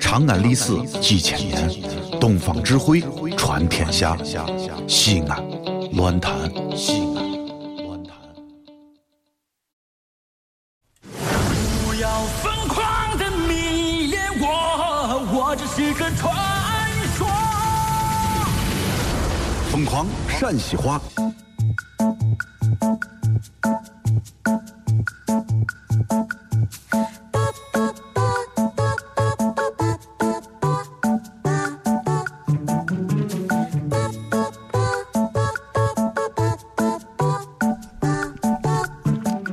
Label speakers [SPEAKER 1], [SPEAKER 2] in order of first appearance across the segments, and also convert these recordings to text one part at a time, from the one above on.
[SPEAKER 1] 长安历史几千年，东方智慧传天下。西安，乱谈西安，乱谈。
[SPEAKER 2] 不要疯狂的迷恋我，我只是个传说。
[SPEAKER 1] 疯狂陕西话，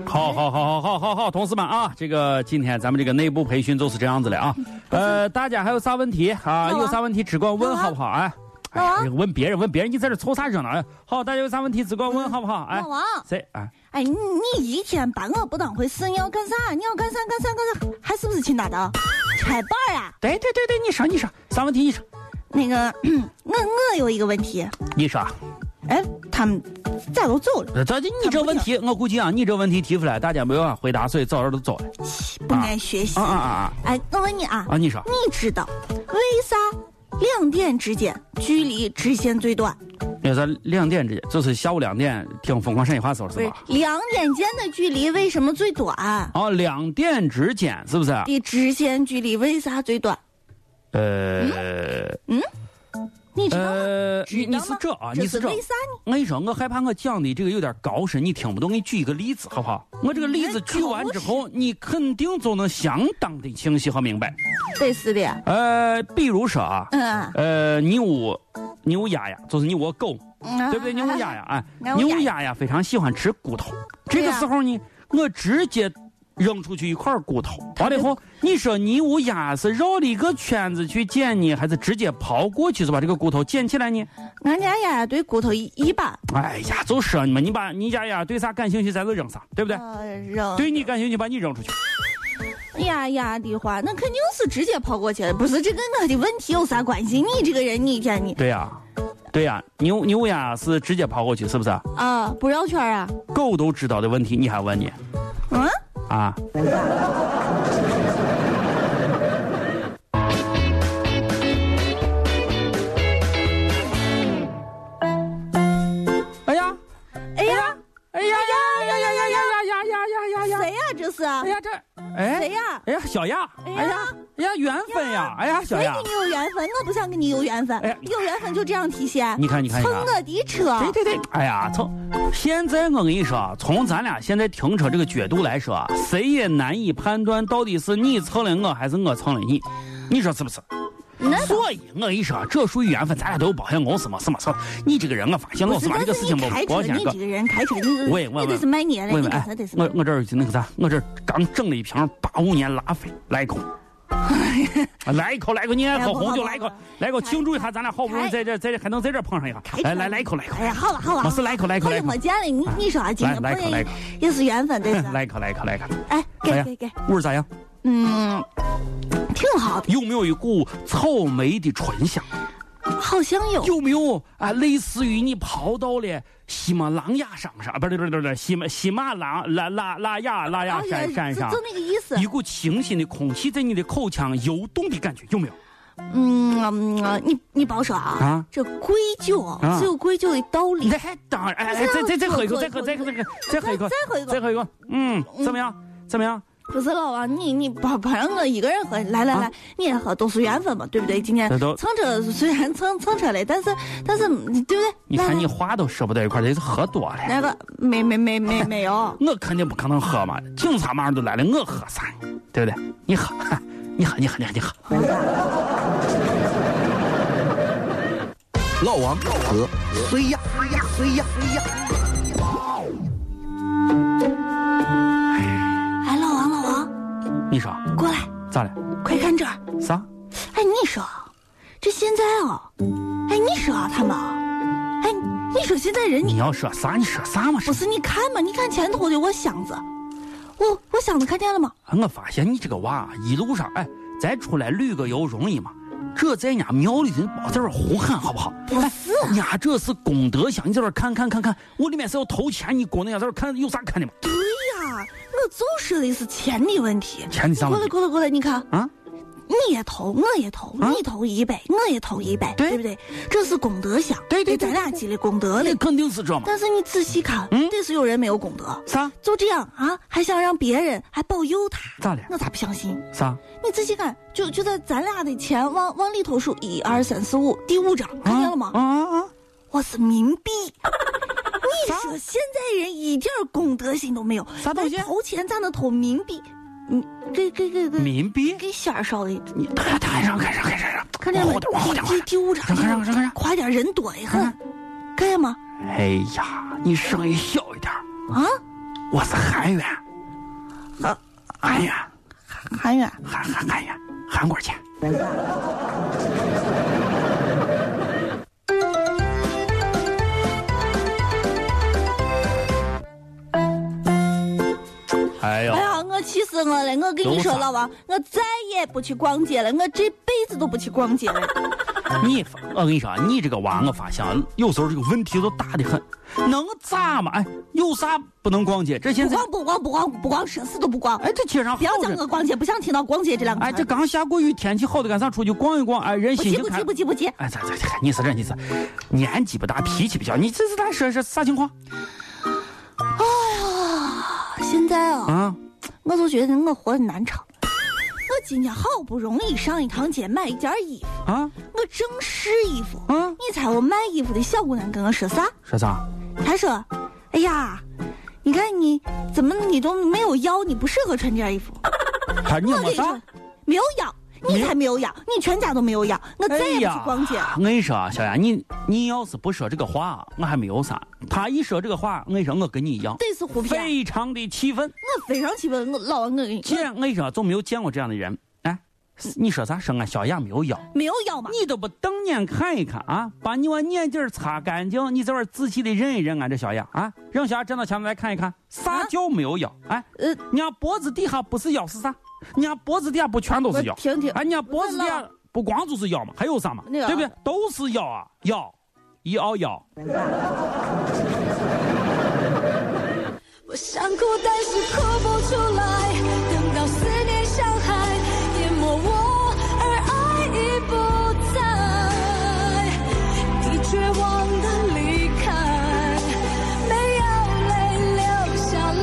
[SPEAKER 3] 好好好好好好好，同志们啊，这个今天咱们这个内部培训就是这样子了啊。呃，大家还有啥问题啊？有啥问题只管问好不好？哎，哎呀，问别人问别人，你在这凑啥热闹呀？好，大家有啥问题只管问好不好？哎
[SPEAKER 4] 老，王，
[SPEAKER 3] 谁哎？
[SPEAKER 4] 哎，你你一天把我不当回事，你要干啥？你要干啥？干啥？干啥？还是不是亲大的？拆班啊？
[SPEAKER 3] 对对对对，你说你说啥问题？你说
[SPEAKER 4] 那个，嗯我我有一个问题，
[SPEAKER 3] 你说，
[SPEAKER 4] 哎，他们咋都走了？
[SPEAKER 3] 呃这你这问题，我估计啊，你这问题提出来，大家没有办法回答，所以早点都走了。
[SPEAKER 4] 不爱学习
[SPEAKER 3] 啊。啊啊
[SPEAKER 4] 哎，我问你啊
[SPEAKER 3] 啊！，啊，你说
[SPEAKER 4] 你知道为啥两点之间距离直线最短？
[SPEAKER 3] 那咱两点之间，就是下午两点听疯狂陕西话时候是吧？
[SPEAKER 4] 两点间的距离为什么最短？
[SPEAKER 3] 啊，两点之间是不是？
[SPEAKER 4] 的直线距离为啥最短？
[SPEAKER 3] 呃。
[SPEAKER 4] 你知道吗？
[SPEAKER 3] 呃，
[SPEAKER 4] 嗯知
[SPEAKER 3] 你
[SPEAKER 4] 道
[SPEAKER 3] 你
[SPEAKER 4] 吗
[SPEAKER 3] 是这啊，
[SPEAKER 4] 这
[SPEAKER 3] 你是
[SPEAKER 4] 是
[SPEAKER 3] 这。
[SPEAKER 4] 为啥呢？
[SPEAKER 3] 我跟你说，我害怕我讲的这个有点高深，你听不懂。我给你举一个例子，好不好？我这个例子举完之后，你肯定就能相当的清晰和明白。
[SPEAKER 4] 类似的，
[SPEAKER 3] 呃，比如说啊，
[SPEAKER 4] 嗯
[SPEAKER 3] 呃，你屋，你屋丫丫，就是你屋狗，
[SPEAKER 4] 嗯，
[SPEAKER 3] 对不对？你屋丫丫，哎
[SPEAKER 4] 俺，
[SPEAKER 3] 你
[SPEAKER 4] 屋丫丫
[SPEAKER 3] 屋丫丫非常喜欢吃骨头。这
[SPEAKER 4] 对
[SPEAKER 3] 个
[SPEAKER 4] 呀
[SPEAKER 3] 时候呢，我直接扔出去一块骨头，完了以后，你说你屋丫是绕了一个圈子去捡呢，还是直接刨过去就把这个骨头捡起来呢？
[SPEAKER 4] 俺家丫丫对骨头一一般，
[SPEAKER 3] 哎呀，就说你们，你把你家呀对啥感兴趣，咱就扔啥，对不对？
[SPEAKER 4] 呃，扔
[SPEAKER 3] 对你感兴趣，把你扔出去。
[SPEAKER 4] 丫丫的话，那肯定是直接跑过去了。不是这跟我的问题有啥关系？你这个人，你一天你
[SPEAKER 3] 对呀、对呀、牛牛呀是直接跑过去，是不是？
[SPEAKER 4] 啊，不绕圈啊，
[SPEAKER 3] 狗都知道的问题，你还问你
[SPEAKER 4] 嗯，
[SPEAKER 3] 啊？哎呀，
[SPEAKER 4] 哎呀，
[SPEAKER 3] 哎呀呀呀呀呀哎呀呀呀呀呀呀！
[SPEAKER 4] 谁呀？这是
[SPEAKER 3] 哎呀这，哎
[SPEAKER 4] 谁呀？
[SPEAKER 3] 哎呀小亚，
[SPEAKER 4] 哎
[SPEAKER 3] 哎
[SPEAKER 4] 呀
[SPEAKER 3] 呀哎呀缘分呀，哎呀小
[SPEAKER 4] 谁
[SPEAKER 3] 亚
[SPEAKER 4] 跟。你有缘分？我不想跟你有缘分
[SPEAKER 3] 哎呀，
[SPEAKER 4] 有缘分就这样提现。
[SPEAKER 3] 你看你看你
[SPEAKER 4] 蹭
[SPEAKER 3] 看
[SPEAKER 4] 我的车，
[SPEAKER 3] 对对对，哎呀，从现在我跟你说啊，从咱俩现在停车这个角度来说啊，谁也难以判断到底是你蹭了我还是我蹭了你，你说是不是？
[SPEAKER 4] 那
[SPEAKER 3] 所以我跟你说啊，这属于缘分，咱俩都有保险公司嘛，是嘛是嘛。你这个人，我发现
[SPEAKER 4] 不
[SPEAKER 3] 老
[SPEAKER 4] 是，
[SPEAKER 3] 是把这个
[SPEAKER 4] 但
[SPEAKER 3] 事
[SPEAKER 4] 是
[SPEAKER 3] 情
[SPEAKER 4] 你
[SPEAKER 3] 我
[SPEAKER 4] 开
[SPEAKER 3] 保
[SPEAKER 4] 车，
[SPEAKER 3] 险
[SPEAKER 4] 你
[SPEAKER 3] 个
[SPEAKER 4] 这。个人开车，你这
[SPEAKER 3] 喂喂
[SPEAKER 4] 你这是卖年了，
[SPEAKER 3] 喂
[SPEAKER 4] 你
[SPEAKER 3] 喂，
[SPEAKER 4] 刚
[SPEAKER 3] 哎
[SPEAKER 4] 才这是卖
[SPEAKER 3] 我我这儿有那个啥，我这儿刚整了一瓶八五年拉菲，来一 口，啊来一口，来一口，
[SPEAKER 4] 哎
[SPEAKER 3] 你爱喝红酒，来一口，来一口，庆祝一下，咱俩好不容易在这在这还能在这碰上一下，来来来一口，来一口
[SPEAKER 4] 哎，呀，哎好了好了，
[SPEAKER 3] 没事来一口来一口
[SPEAKER 4] 好久没见了，你你说啊，今天
[SPEAKER 3] 来来一口
[SPEAKER 4] 朋友
[SPEAKER 3] 来一
[SPEAKER 4] 也
[SPEAKER 3] 口
[SPEAKER 4] 也是缘分，对是吧？
[SPEAKER 3] 来一口，来一口，来一口。
[SPEAKER 4] 哎，
[SPEAKER 3] 哎
[SPEAKER 4] 啊给
[SPEAKER 3] 呀
[SPEAKER 4] 给给，
[SPEAKER 3] 味儿咋样？
[SPEAKER 4] 嗯，挺好的，
[SPEAKER 3] 有没有一股草莓的醇香？
[SPEAKER 4] 好像有。
[SPEAKER 3] 有没有啊？类似于你跑到了喜马拉雅山上，啊不是不是不是不是喜马喜马拉拉拉拉雅拉雅山山上
[SPEAKER 4] 就，就那个意思。
[SPEAKER 3] 一股清新的空气在你的口腔游动的感觉，有没有？
[SPEAKER 4] 嗯，嗯你你别说啊，
[SPEAKER 3] 啊
[SPEAKER 4] 这归咎
[SPEAKER 3] 啊
[SPEAKER 4] 只有归咎的道理。
[SPEAKER 3] 那还当然，哎哎，
[SPEAKER 4] 不
[SPEAKER 3] 再
[SPEAKER 4] 是
[SPEAKER 3] 再再
[SPEAKER 4] 我
[SPEAKER 3] 喝一口，
[SPEAKER 4] 我
[SPEAKER 3] 再喝
[SPEAKER 4] 我
[SPEAKER 3] 再喝再喝再喝一口，
[SPEAKER 4] 再喝一口
[SPEAKER 3] 再喝一口，嗯，怎么样？怎么样？
[SPEAKER 4] 不是老王，你你不不让我一个人喝，来来
[SPEAKER 3] 啊
[SPEAKER 4] 来，你也喝都是缘分嘛，对不对？今天
[SPEAKER 3] 这都
[SPEAKER 4] 蹭着虽然蹭蹭车了，但是但是嗯对不对？
[SPEAKER 3] 你看
[SPEAKER 4] 来
[SPEAKER 3] 你话都说不到一块儿，这是喝多了。，
[SPEAKER 4] 来来个没没没没没有
[SPEAKER 3] 我肯定不可能喝嘛，警察马上都来了，我喝啥？对不对？你喝，你喝，你喝，你喝，你喝。
[SPEAKER 1] 老王和谁呀？谁呀？谁呀？
[SPEAKER 4] 哎，老王老王，
[SPEAKER 3] 你说
[SPEAKER 4] 过来，
[SPEAKER 3] 咋了？
[SPEAKER 4] 快看这儿。
[SPEAKER 3] 啥？
[SPEAKER 4] 哎，你说，这现在哦，哎，你说他们啊，哎，你说现在人
[SPEAKER 3] 你要说啥？你说啥嘛？
[SPEAKER 4] 不是你看嘛？你看前头的我箱子，我我箱子看见了吗？
[SPEAKER 3] 我发现你这个娃一路上，哎，咱出来旅个游容易吗？这在人家庙里头，别在这儿胡喊好不好？
[SPEAKER 4] 不是
[SPEAKER 3] 人家这是功德箱，你在这儿看看看看，我里面是要投钱，你光那家在这儿看有啥看的吗？
[SPEAKER 4] 对呀，我就说的是钱的问题。
[SPEAKER 3] 钱的
[SPEAKER 4] 你
[SPEAKER 3] 啥
[SPEAKER 4] 过
[SPEAKER 3] 问
[SPEAKER 4] 来
[SPEAKER 3] 题？
[SPEAKER 4] 过来过来，你看，
[SPEAKER 3] 啊，
[SPEAKER 4] 你也投，我也投，
[SPEAKER 3] 啊
[SPEAKER 4] 你投一百，我也投一百，
[SPEAKER 3] 对
[SPEAKER 4] 对不对？这是功德箱，
[SPEAKER 3] 对对
[SPEAKER 4] 这
[SPEAKER 3] 对
[SPEAKER 4] 咱俩积的功德
[SPEAKER 3] 那
[SPEAKER 4] 嘞。
[SPEAKER 3] 肯定是这嘛。
[SPEAKER 4] 但是你仔细看，
[SPEAKER 3] 嗯
[SPEAKER 4] 这是有人没有功德，
[SPEAKER 3] 啥？
[SPEAKER 4] 就这样啊，还想让别人还保佑他，
[SPEAKER 3] 咋了？
[SPEAKER 4] 我咋不相信？
[SPEAKER 3] 啥？
[SPEAKER 4] 你仔细看，就就在咱俩的钱往往里头数，一二三四五，第五张看见了吗？
[SPEAKER 3] 啊啊啊！
[SPEAKER 4] 我是冥 币。你说现在人一点公德心都没有，
[SPEAKER 3] 啥东西
[SPEAKER 4] 咱投钱咋能投冥币？嗯，给给给给
[SPEAKER 3] 民币？
[SPEAKER 4] 给仙儿烧的，
[SPEAKER 3] 你看看上看上看上上，
[SPEAKER 4] 看见没？
[SPEAKER 3] 往后点往后点往后
[SPEAKER 4] 第
[SPEAKER 3] 点。
[SPEAKER 4] 第五张，
[SPEAKER 3] 让开让开让开让开
[SPEAKER 4] 快点，人多得很
[SPEAKER 3] 让，
[SPEAKER 4] 看见吗？
[SPEAKER 3] 哎呀，你声音小一点儿。
[SPEAKER 4] 啊，
[SPEAKER 3] 我是韩元，韩元，
[SPEAKER 4] 韩远，
[SPEAKER 3] 韩韩韩元，韩国钱。哎呦
[SPEAKER 4] 哎呀，我气死我了！我跟你说，
[SPEAKER 3] 都啥
[SPEAKER 4] 老王，我再也不去逛街了，我这辈子都不去逛 街了。
[SPEAKER 3] 你发，我跟你说啊，你这个娃，我发现啊有时候这个问题都大得很，能咋嘛？哎，有啥不能逛街？这现
[SPEAKER 4] 不
[SPEAKER 3] 在，
[SPEAKER 4] 逛不逛不逛不逛，社死都不逛。
[SPEAKER 3] 哎，这街上
[SPEAKER 4] 不要
[SPEAKER 3] 好
[SPEAKER 4] 讲
[SPEAKER 3] 着
[SPEAKER 4] 我，逛街，不想听到逛街这两个
[SPEAKER 3] 哎，
[SPEAKER 4] 字
[SPEAKER 3] 这
[SPEAKER 4] 儿。
[SPEAKER 3] 刚下过雨，天气好的，赶上出去逛一逛，哎，人
[SPEAKER 4] 不
[SPEAKER 3] 心
[SPEAKER 4] 急
[SPEAKER 3] 情
[SPEAKER 4] 不
[SPEAKER 3] 开
[SPEAKER 4] 急。不急不急，
[SPEAKER 3] 哎，咋咋咋？你是这，你是年纪不大，脾气不小，你这是咋说说啥情况
[SPEAKER 4] 哎现在啊，
[SPEAKER 3] 啊？
[SPEAKER 4] 我就觉得我活得难成。我今天好不容易上一趟街买一件衣服，
[SPEAKER 3] 啊
[SPEAKER 4] 我正试衣服。
[SPEAKER 3] 啊！
[SPEAKER 4] 你猜我卖衣服的小姑娘跟我说啥？
[SPEAKER 3] 说啥？
[SPEAKER 4] 她说：“哎呀，你看你怎么你都没有腰，你不适合穿这件衣服。
[SPEAKER 3] 还你”
[SPEAKER 4] 我跟
[SPEAKER 3] 没
[SPEAKER 4] 啊你
[SPEAKER 3] 啥
[SPEAKER 4] 说？，没有腰，
[SPEAKER 3] 没
[SPEAKER 4] 你
[SPEAKER 3] 有
[SPEAKER 4] 才没有腰，你全家都没有腰。我再也不去逛街。
[SPEAKER 3] 我跟你说啊，小杨，你你要是不说这个话，我还没有啥。他一说这个话，我跟你说，我跟你一样，
[SPEAKER 4] 这次胡骗，
[SPEAKER 3] 非常的气愤。
[SPEAKER 4] 我非常气愤。我老王，我跟你
[SPEAKER 3] 既然我跟你说，就没有见过这样的人。哎，你说啥？说俺小杨没有腰？啊
[SPEAKER 4] 没有腰嘛？
[SPEAKER 3] 你都不瞪眼看一看啊！把你把眼镜擦干净，你这会儿仔细的认一认俺这小杨啊！让小杨站到前面来看一看，啥
[SPEAKER 4] 啊
[SPEAKER 3] 叫没有腰？哎，
[SPEAKER 4] 呃，
[SPEAKER 3] 你家脖子底下不是腰是啥？你家脖子底下不全都
[SPEAKER 4] 我
[SPEAKER 3] 是腰？
[SPEAKER 4] 停停，
[SPEAKER 3] 哎，你家脖子底
[SPEAKER 4] 我
[SPEAKER 3] 下不光就是腰嘛，还有啥嘛？
[SPEAKER 4] 那个
[SPEAKER 3] 对不对？都是腰啊，腰，一凹腰。
[SPEAKER 5] 我想哭，但是哭不出来。等到思念像海淹没我，而爱已不在。你绝望的离开，没有泪流下来。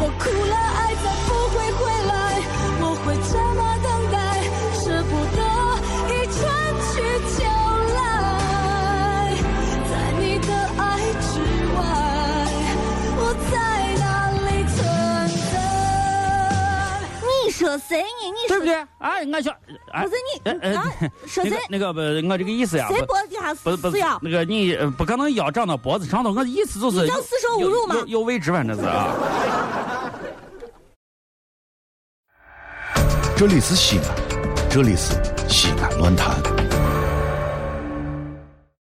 [SPEAKER 5] 我哭了，爱再不会回来。我会这么等待，舍不得一程去就来。在你的爱之外，我在哪里存在？
[SPEAKER 4] 你说谁呢？你
[SPEAKER 3] 对
[SPEAKER 4] 说
[SPEAKER 3] 不对？哎，俺小，哎
[SPEAKER 4] 不是你
[SPEAKER 3] 哎哎
[SPEAKER 4] 啊，说
[SPEAKER 3] 那个
[SPEAKER 4] 谁
[SPEAKER 3] 那个不，我这个意思呀，
[SPEAKER 4] 谁
[SPEAKER 3] 啊不
[SPEAKER 4] 脖子底下
[SPEAKER 3] 不不
[SPEAKER 4] 死呀？
[SPEAKER 3] 那个你呃不可能腰长到脖子上头，我的意思就是
[SPEAKER 4] 你叫四舍五入吗
[SPEAKER 3] 有有有位置反正是啊。
[SPEAKER 1] 这里是西安，这里是西安乱坛。